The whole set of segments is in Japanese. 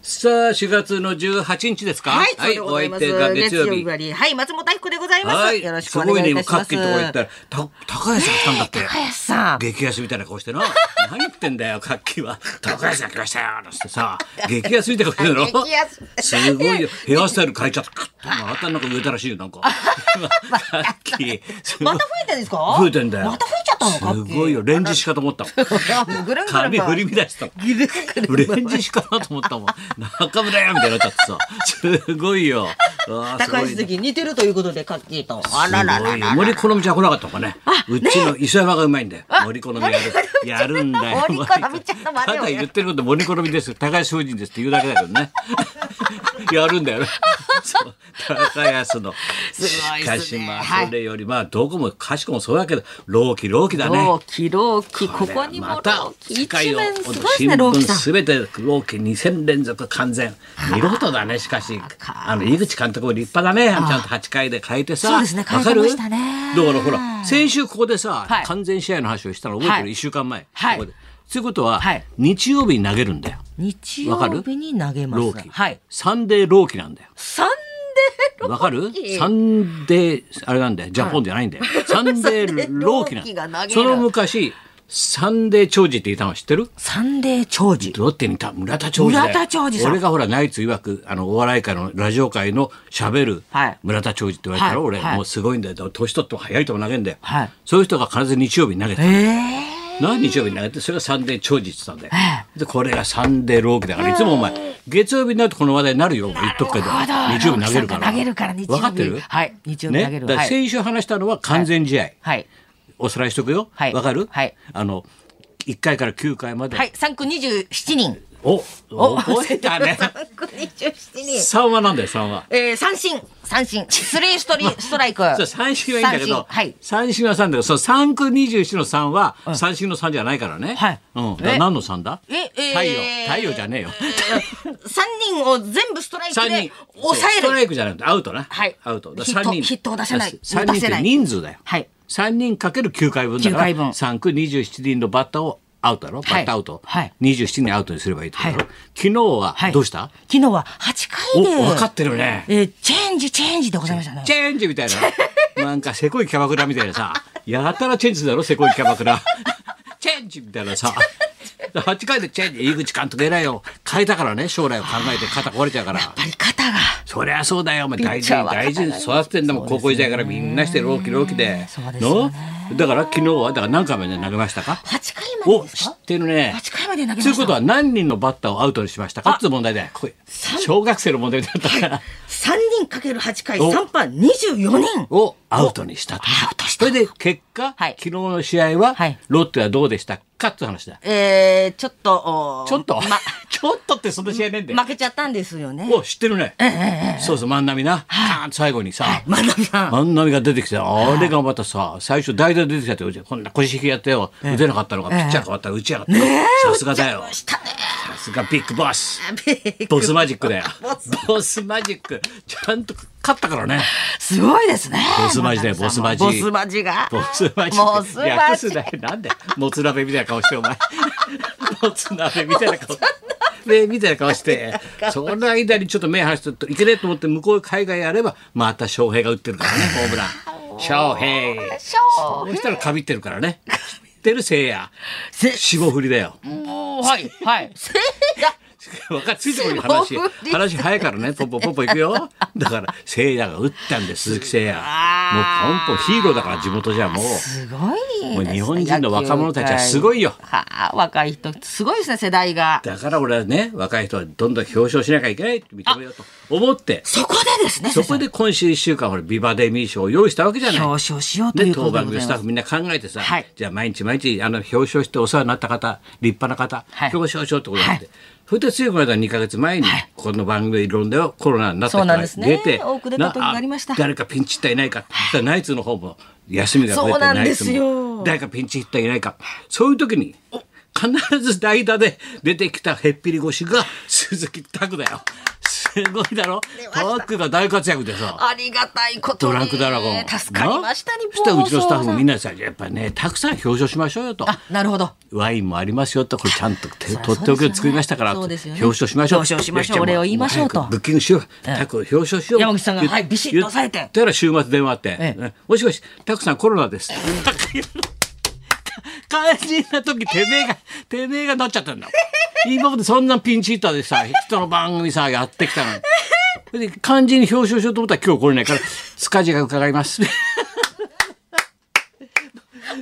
さあ、4月の18日ですかはい、そうでごおざい相ます。手が月曜終日。わりはい、松本彦でございまはす。いよろしくすおごい願ね、いいた今、しカまッす。キーとこ行ったら、た高橋さん来たんだって。林さん。激安みたいな顔して な。何言ってんだよ、カッキーは。高橋さん来ましたよ、なんつってさ。激安みたいな顔してるの。激安すごいよ。ヘアスタイル変えちゃった。クッとまたなんか植えたらしいよ、なん か。今カッキー。すごいまた増えてんですか増えてんだよ。また増えちゃったのカッキーす ごいよ。レンジしかと思ったもん。ぐるんぐるん回髪振り乱したもん。ぐるぐるフレンチしかなと思ったもん。中村やみたいになっちゃってさ。すごいよ。あーすご 高い橋ね関似てるということでカッキーとあららすごらいらよ森好みちゃん来なかったのかね。うちの磯山がうまいんだよ。森好みやる。やるんだよ。森好みちゃんの真似たをねだ言ってること森好みです。高橋夫人ですって言うだけだけど ね。やるんだよね。そう高安の。すごいっすねしかしまはあいそれよりまあどこもかしこもそうだけど、老期老期だね。ローキローキここにもロまたーキ世一界を面すごいです新ねロー聞キさすべてローキ2000連続完全見事だねしかしあの井口監督も立派だねちゃんと8回で変えてさそうですねわかる変えてましたねだからほら先週ここでさはい完全試合の話をしたの覚えてはるい1週間前はいここでということははい日曜日に投げるんだよん日わか曜る日に投げまロすーキはいサンデーローキなんだよサンデーロわかるーキサンデーあれなんだよジャポンじゃないんだよサンデーローキなサンデーローキんがだ投げよるその昔サンデー長寿っていたの知ってるサンデー長寿ロッテにいた村田長司だよ村田兆治さん俺がほらナイツ曰くあのお笑い界のラジオ界のしゃべるはい村田長司って言われたら、はい俺、はいもうすごいんだよ年取っても速いとも投げんだよ、はいそういう人が必ず日曜日に投げてたええ何日曜日に投げてそれがサンデー長寿って言ってたんだよ、でこれがサンデーローキだからいつもお前月曜日になるとこの話題になるよ言っとくけど日曜日投げるから投げるから日曜分日かってるはい日曜日投げね、るだからはい先週話したのは完全試合、はいおさらいしとくよわ、はいかる、はいあの1回から9回まで、はい3区27人お覚えたね3区27人三はなんだよ三は。えー、三振、三振、スリーストリ ストライク。そう三振はいいんだけど三振、はい。三振は三だけど、その三区二十一の三は三振の三じゃないからね。はいうん。だえから何の三だ？ええー太陽太陽じゃねえよ。 三人を全部ストライク三で人抑そうスえトラる。イクじゃなくてアウトな。はいアウト。だヒッからト三人ヒットを出せない三人打たっせなてい人数だよ。はい。三人かける九回分だ九か回ら分三区二十七人のバッターをアウトだろ。バはいッターアウトはい。二十七人アウトにすればいいってことだろはい昨日ははいどうした？昨日は八回で。お分かってるね。えー、チェンジチェンジでございましたねチ。ェンジみたいな。なんかせこいキャバクラみたいなさ。やたらチェンジだろ、せこいキャバクラ。チェンジみたいなさ。8回でチェンジ。井口監督偉いよ。変えたからね、将来を考えて肩壊れちゃうからやっ。ぱり肩が。そりゃそうだよ、お前大事ピッチャーには大事に育ててんだもん、高校時代からみんなしてローキローキで。そうですよのだから昨日は、だから何回まで投げましたか八回までお、です知っか。てるね。八回まで投げまというしことた。は何人のバッターをアウトにしましたかっていう問題だよ。これ小学生の問題だったから。三人かける八回、お三番二十四人。をアウトにしたと。アウトしたそれで結果、はい昨日の試合は、はいロッテはどうでしたかって話だ。えー、ちょっと。おーちょっと、ま、 ちょっとってその試合ねんで。負けちゃったんですよね。お、知ってるね。そうそう、万波な。カーンと最後にさ、万波さん。万波が出てきて、あれがまたさ、最初代打で出てきたって言うじゃん、こんな腰引きやってよ、打てなかったのが、ピッチャー変わったら打ちやがった。さすがだよ。したね。さすがビッグボス。ビッグボスマジックだよボス。ボスマジック。ちゃんと勝ったからね。すごいですね。ボスマジだよ中野さんボスマジボスマジが。ボスマジボスマジ略すなよなんでもつ鍋みたいな顔してお前もつ鍋みたいな顔目みたいな顔してその間にちょっと目離してるといけねえと思って向こう海外やればまた翔平が打ってるからねホームラン翔平ショそしたらかびってるからねかびってるせいやせ霜降りだよーもうはいはい。せいや。分かっついてこいよ話霜降り話早いからねポンポンポンポンいくよだからせいやが打ったんで鈴木せいやもうポンポンヒーローだから地元じゃもう。すごいもでうすね。日本人の若者たちはすい。ごいよ。はあ若い人すごいですね世代が。だから俺はね、若い人はどんどん表彰しなきゃいけないって認めようと思って、そこでですね。そこ先で今週1週間、ほら、ビバデミー賞を用意したわけじゃ生ない。表彰しようといで、うこ当とで番ご組ざいスタまッすフ。みんな考えてさ、はいじゃあ毎日毎日あの表彰してお世話になった方、立派な方、はい表彰しようってことになって、はそれでついこの間2か月前に、この番組論ではコロナになった人がそうなん出ですて、ね多く出た時がありましたな誰かピンチヒッターいないか、そしたらナイツの方も休みが増えそうてなんナイでツすよも誰かピンチヒッターいないか、そういう時に、必ず代打で出てきたへっぴり腰が鈴木拓だよ。すすごいだろタックが大活躍でさありがたいことドにランクドラゴン助かりましたな日そしたら本うちのスタッフもみんななでさやっぱねたくさん表彰しましょうよとあなるほどワインもありますよとこれちゃんと手そりゃ取っておきそうをですよね作りましたからそうですよね表彰しましょう表彰しましょよっちゃんうもお礼を言いましょうとも早くブッキングしようタクを表彰しよう山口さんが言っはいビシッと押さえて言ったら週末電話あってええねもしもしタクさんコロナです肝心な時てめえがてめえがなっちゃったんだもん今までそんなピンチヒッターでさ人の番組さやってきたのにそれで肝心に表彰しようと思ったら今日来れないから塚地が伺います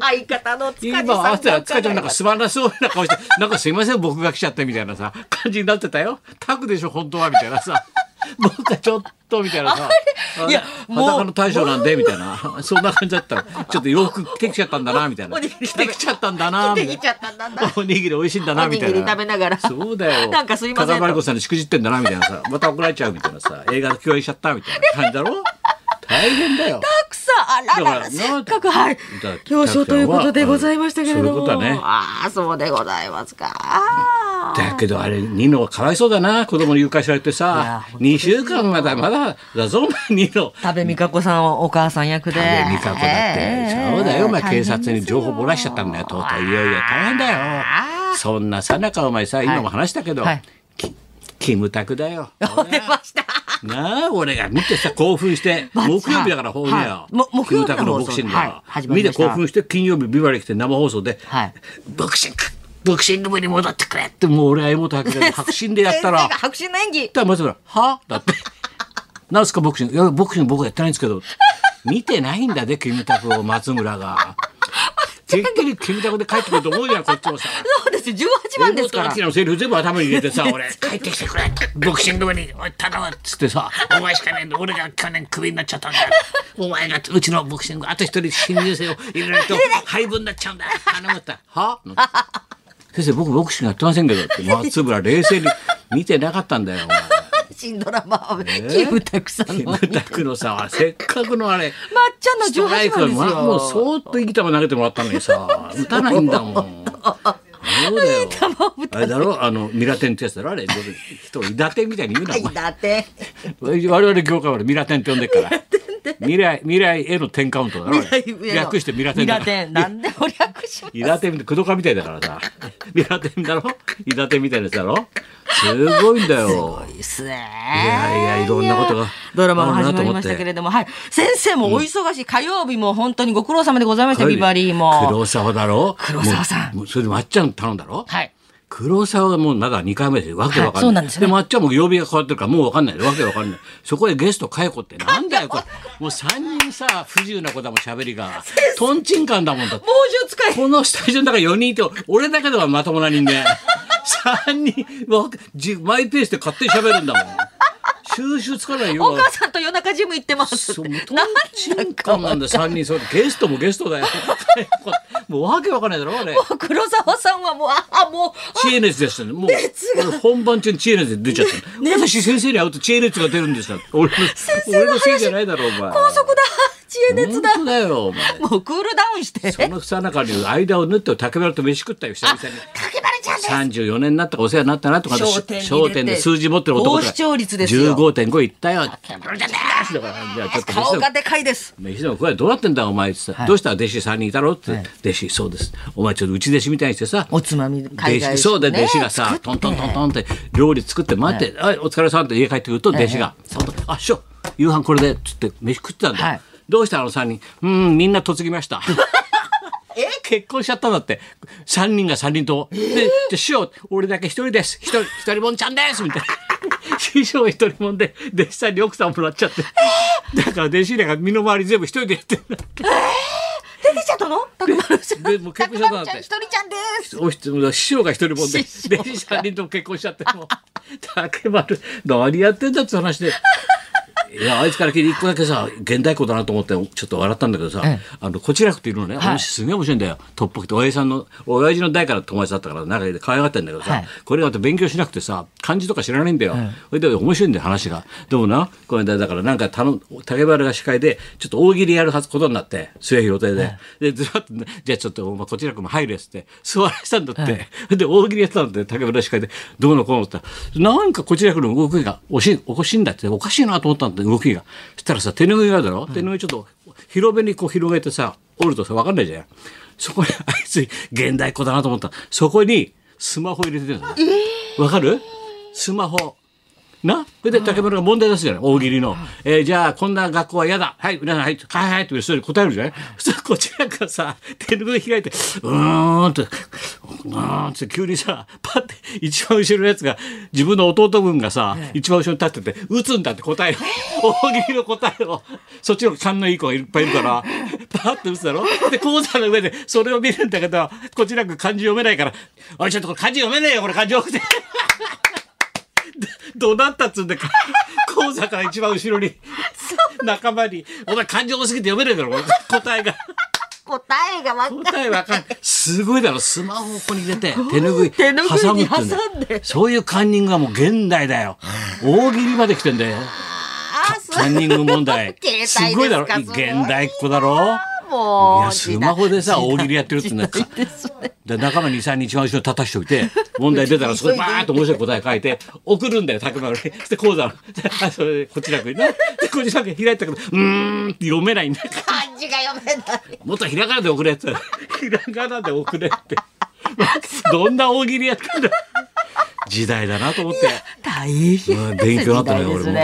相方の塚地さ今ん合わせたら塚ちゃんなんかすすまなそうな顔 して「なんかすいません僕が来ちゃった」みたいなさ感じになってたよ「タクでしょ本当は」みたいな さ「僕はちょっと」みたいなさ「いやあもう裸の大将なんで」みたいなそんな感じだったのちょっと洋服着てきちゃったんだなみたいなおにぎり着てきちゃったんだなみたいでなきち ゃったんだなおにぎり美味しいんだなみたいなおにぎり食べながらそうだよなんかすいませんと風間真理子さんにしくじってんだなみたいなさまた怒られちゃうみたいなさ映画の共演しちゃったみたいな感じだ ろ大変だよたくさんあだらからならせっかくはいだ表彰ということでございましたけれどもそういうことだねああそうでございますかだけどあれニノはかわいそうだな子供に誘拐されていやさ本当2週間まだまだだぞお前ニノ。多部未華子さんをお母さん役でね、美香子だって、ええそうだよお前大変警ですよ察に情報漏らしちゃったんだよとうとういよいよ大変だよあーそんなさなかお前さ今も話したけど、はいきキムタクだ よ出ましたなあ俺が見てさ興奮して まあ木曜日だからはい放送はやいも木曜日キのムタクのボクシングだ放送はい始ま見りまてした興奮して金曜日ビバリー来て生放送ではいボクシングボクシング部に戻ってくれってもう俺は妹吐きで白真でやったら 先生が白真の演技ったら松村「は?」だって 「なんすかボクシング」いや「ボクシング僕はやってないんですけど」見てないんだでキムタクを松村が。てっきりキムタクで帰ってくると思うじゃんこっちもさ。そうですよ18番ですから妹のセリフ全部頭に入れてさ 「俺帰ってきてくれ」ボクシング部に「おい頼む」っつってさ 「お前しかねえんだ俺が去年クビになっちゃったんだよお前がうちのボクシングあと一人新入生を入れない と廃部になっちゃうんだ頼む」って「 は?」先生僕ボクシングやってませんけどって松村冷静に見てなかったんだよお前。新ドラマはキムタクさんキのム抹タクのさせっかくのあれ茶のスト18ライク番ですまよあもうそーっと生きたま投げてもらったのに さ打たないんだもんそうだよあれだろあのミラテンってやつだろあれ人を伊達みたいに言うなお前だって我々業界はミラテンって呼んでっから未来未来への10カウントだろあれ略してミラテンだミかラらテンなんでも略します伊達みたい工藤家みたいだからさミラテンだろ伊達みたいなやつだろすごいんだよいいっすねいやいやいろんなことがやドラマが始まりましたけれども、はい、先生もお忙しい、火曜日も本当にご苦労様でございました、ビバリーも。黒沢だろ黒沢さんもうもうそれでまっちゃん頼んだろはい。黒沢はもうまだ2回目ですよわけわはかんない、いそうなんですよねまっちゃんも曜日が変わってるからもうわかんないわけわかんないそこでゲスト佳代子ってなんだよこれもう3人さ不自由な子だもん喋りがとんちんカンだもんだって猛獣使い。このスタジオの中4人いて俺だけではまともな人間3人わじマイペースで勝手に喋るんだもん収集つかないよお母さんと夜中ジム行ってます。そう、もうとんなんちんだかかんなんで三人そうゲストもゲストだよ。 もうわけわかんないだろあれ。黒沢さんはもう、あ、もう、知恵熱でしたね。もう俺本番中に知恵熱で出ちゃったの。私先生に会うと知恵熱が出るんですから。俺の生の話俺のせいじゃないだろうお前。高速だ。知恵熱だ。本当だよお前。もうクールダウンして。そのさなかに間を縫って竹丸と飯食ったよ久々に。かけばれちゃんです。三十四年になったからお世話になったなとか笑点に出て笑点で数字持ってる男高視聴率ですよ十五点五いったよ。だか竹ら丸じちゃんでゃあちょっと飯でも顔がでかいです。飯でもこれどうなってんだお前ってさ、いどうしたら弟子3人いたろって、はい弟子そうですお前ちょっとうち弟子みたいにしてさおつまみ海外弟子そうで弟子がさ、トントントントンって料理作って待って、あお疲れさんって家帰ってくると弟子が「そっとあ師匠夕飯これで」っつって飯食ってたんだ、はいどうしたあの3人うーんみんな嫁ぎま したえ結婚しちゃったんだって3人が3人とも、でじゃあ師匠俺だけ一人です一人一人もんちゃんですみたいな 師匠が一人もんで弟子さんに奥さんもらっちゃって、だから弟子入れが身の回り全部一人でやってんだって出てきちゃったのたくまるちゃん。でもう結婚しちゃったんだってたくまるちゃん一人ちゃんです。おひつ師匠が一人もんで弟師匠が子三人とも結婚しちゃってもう竹丸何やってんだって話で いやあいつから聞いて一個だけさ現代子だなと思ってちょっと笑ったんだけどさ、ええあのこちらくっているのね、話すげえ面白いんだよトップって親父さんの親父の代から友達だったから仲で可愛がってんだけどさ、はいこれがまた勉強しなくてさ漢字とか知らないんだよ、それで面白いんだよ話がでもなこの間だからなんか頼む竹原が司会でちょっと大喜利やるはずことになって末広亭で、でずらっと、ね、じゃあちょっとお前こちらくも入るやつって座らせたんだって、で大喜利やってたんだって竹原司会でどうのこうのって言ったらなんかこちらくの動きがおしおかしいんだっておかしいなと思ったんだって動きがそしたらさ手ぬぐいがあるだろ、手ぬぐいちょっと広めにこう広げてさ折るとさ分かんないじゃんそこにあいつ現代っ子だなと思ったそこにスマホ入れてるのねわかるスマホ。なそれで竹村が問題出すじゃない大喜利の。えーじゃあ、こんな学校は嫌だ。はい、皆さん、はい、はい、はい、って、それで答えるじゃないそしたら、こちらがさ、手拭い開いて、うーんって、うーんって、急にさ、パって、一番後ろのやつが、自分の弟分がさ、一番後ろに立ってて、打つんだって答えを、大喜利の答えを、そっちの勘のいい子がいっぱいいるから、パって打つだろで、講座の上で、それを見るんだけど、こちらが漢字読めないから、おい、ちょっとこれ漢字読めねえよ、これ漢字多くて。どなったっつ うんだか講座から一番後ろに仲間に「お前感情多すぎて読めないだろ答えが答えがわかんない答えわかんないすごいだろスマホをここに入れて手ぬぐい手拭い挟むにってんだよ挟んでそういうカンニングはもう現代だよ大喜利まで来てんだよあーすカンニング問題 携帯ですすかごいだろすごい現代っ子だろもういやスマホでさ大喜利やってるってな時代ですねで仲間に23日一番後ろに立たしておい て問題出たらそこでバーッと面白い答え書いて送るんだよ竹丸に。そして講座の であそれでこちらくになでこちらく開いたけどうーんって読めないんだ漢字が読めないもっとひらがなで送れ ってひらがなで送れって どんな大喜利やってんだ時代だなと思って、大変ですうん、勉強になったね俺も時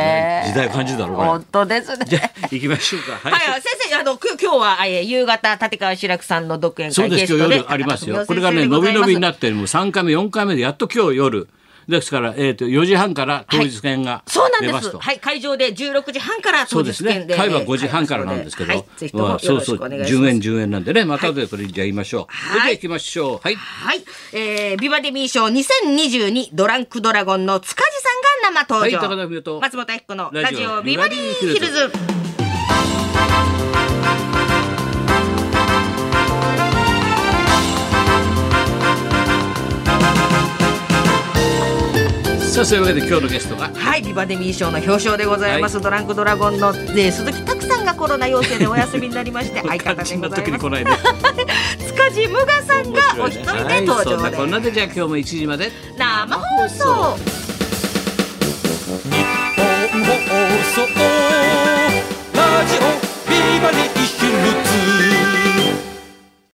代感じるだろこれ本当ですねじゃあ行きましょうかはいはい、先生、あの、く今日は、えー夕方、立川志らくさんの独演そうで会ゲすスよトで。夜あります高よ。田これがね文伸び夫先生でございます伸びになってもう3回目4回目でやっと今日夜ですから、えー、と4時半から当日券がそうなん出でますす。と。はい、会場で16時半からそ当うで日す券ね。で。会は5時半からなんですけど、はい、ぜひともまよあそうろそしうくお願いします。 10円10円なんでね、また後でこれじゃあ言いましょう。それでは行きましょう。はい。はい、えー、ビバディミー賞2022ドランクドラゴンの塚地さんが生登場。はい高田文夫と松本明子のララジジオオビバディヒルビバズ。さあそういうわけで今日のゲストがはい、ビバデミー賞の表彰でございます。はドランクドラゴンの、えー鈴木拓さんがコロナ陽性でお休みになりまして、相方肝で心ごの ざ時いまにす来。ないで。 塚地無我さんがお一人で登はい、そん場なでこんなでじゃあ今日も1時まで。生放送。日本放送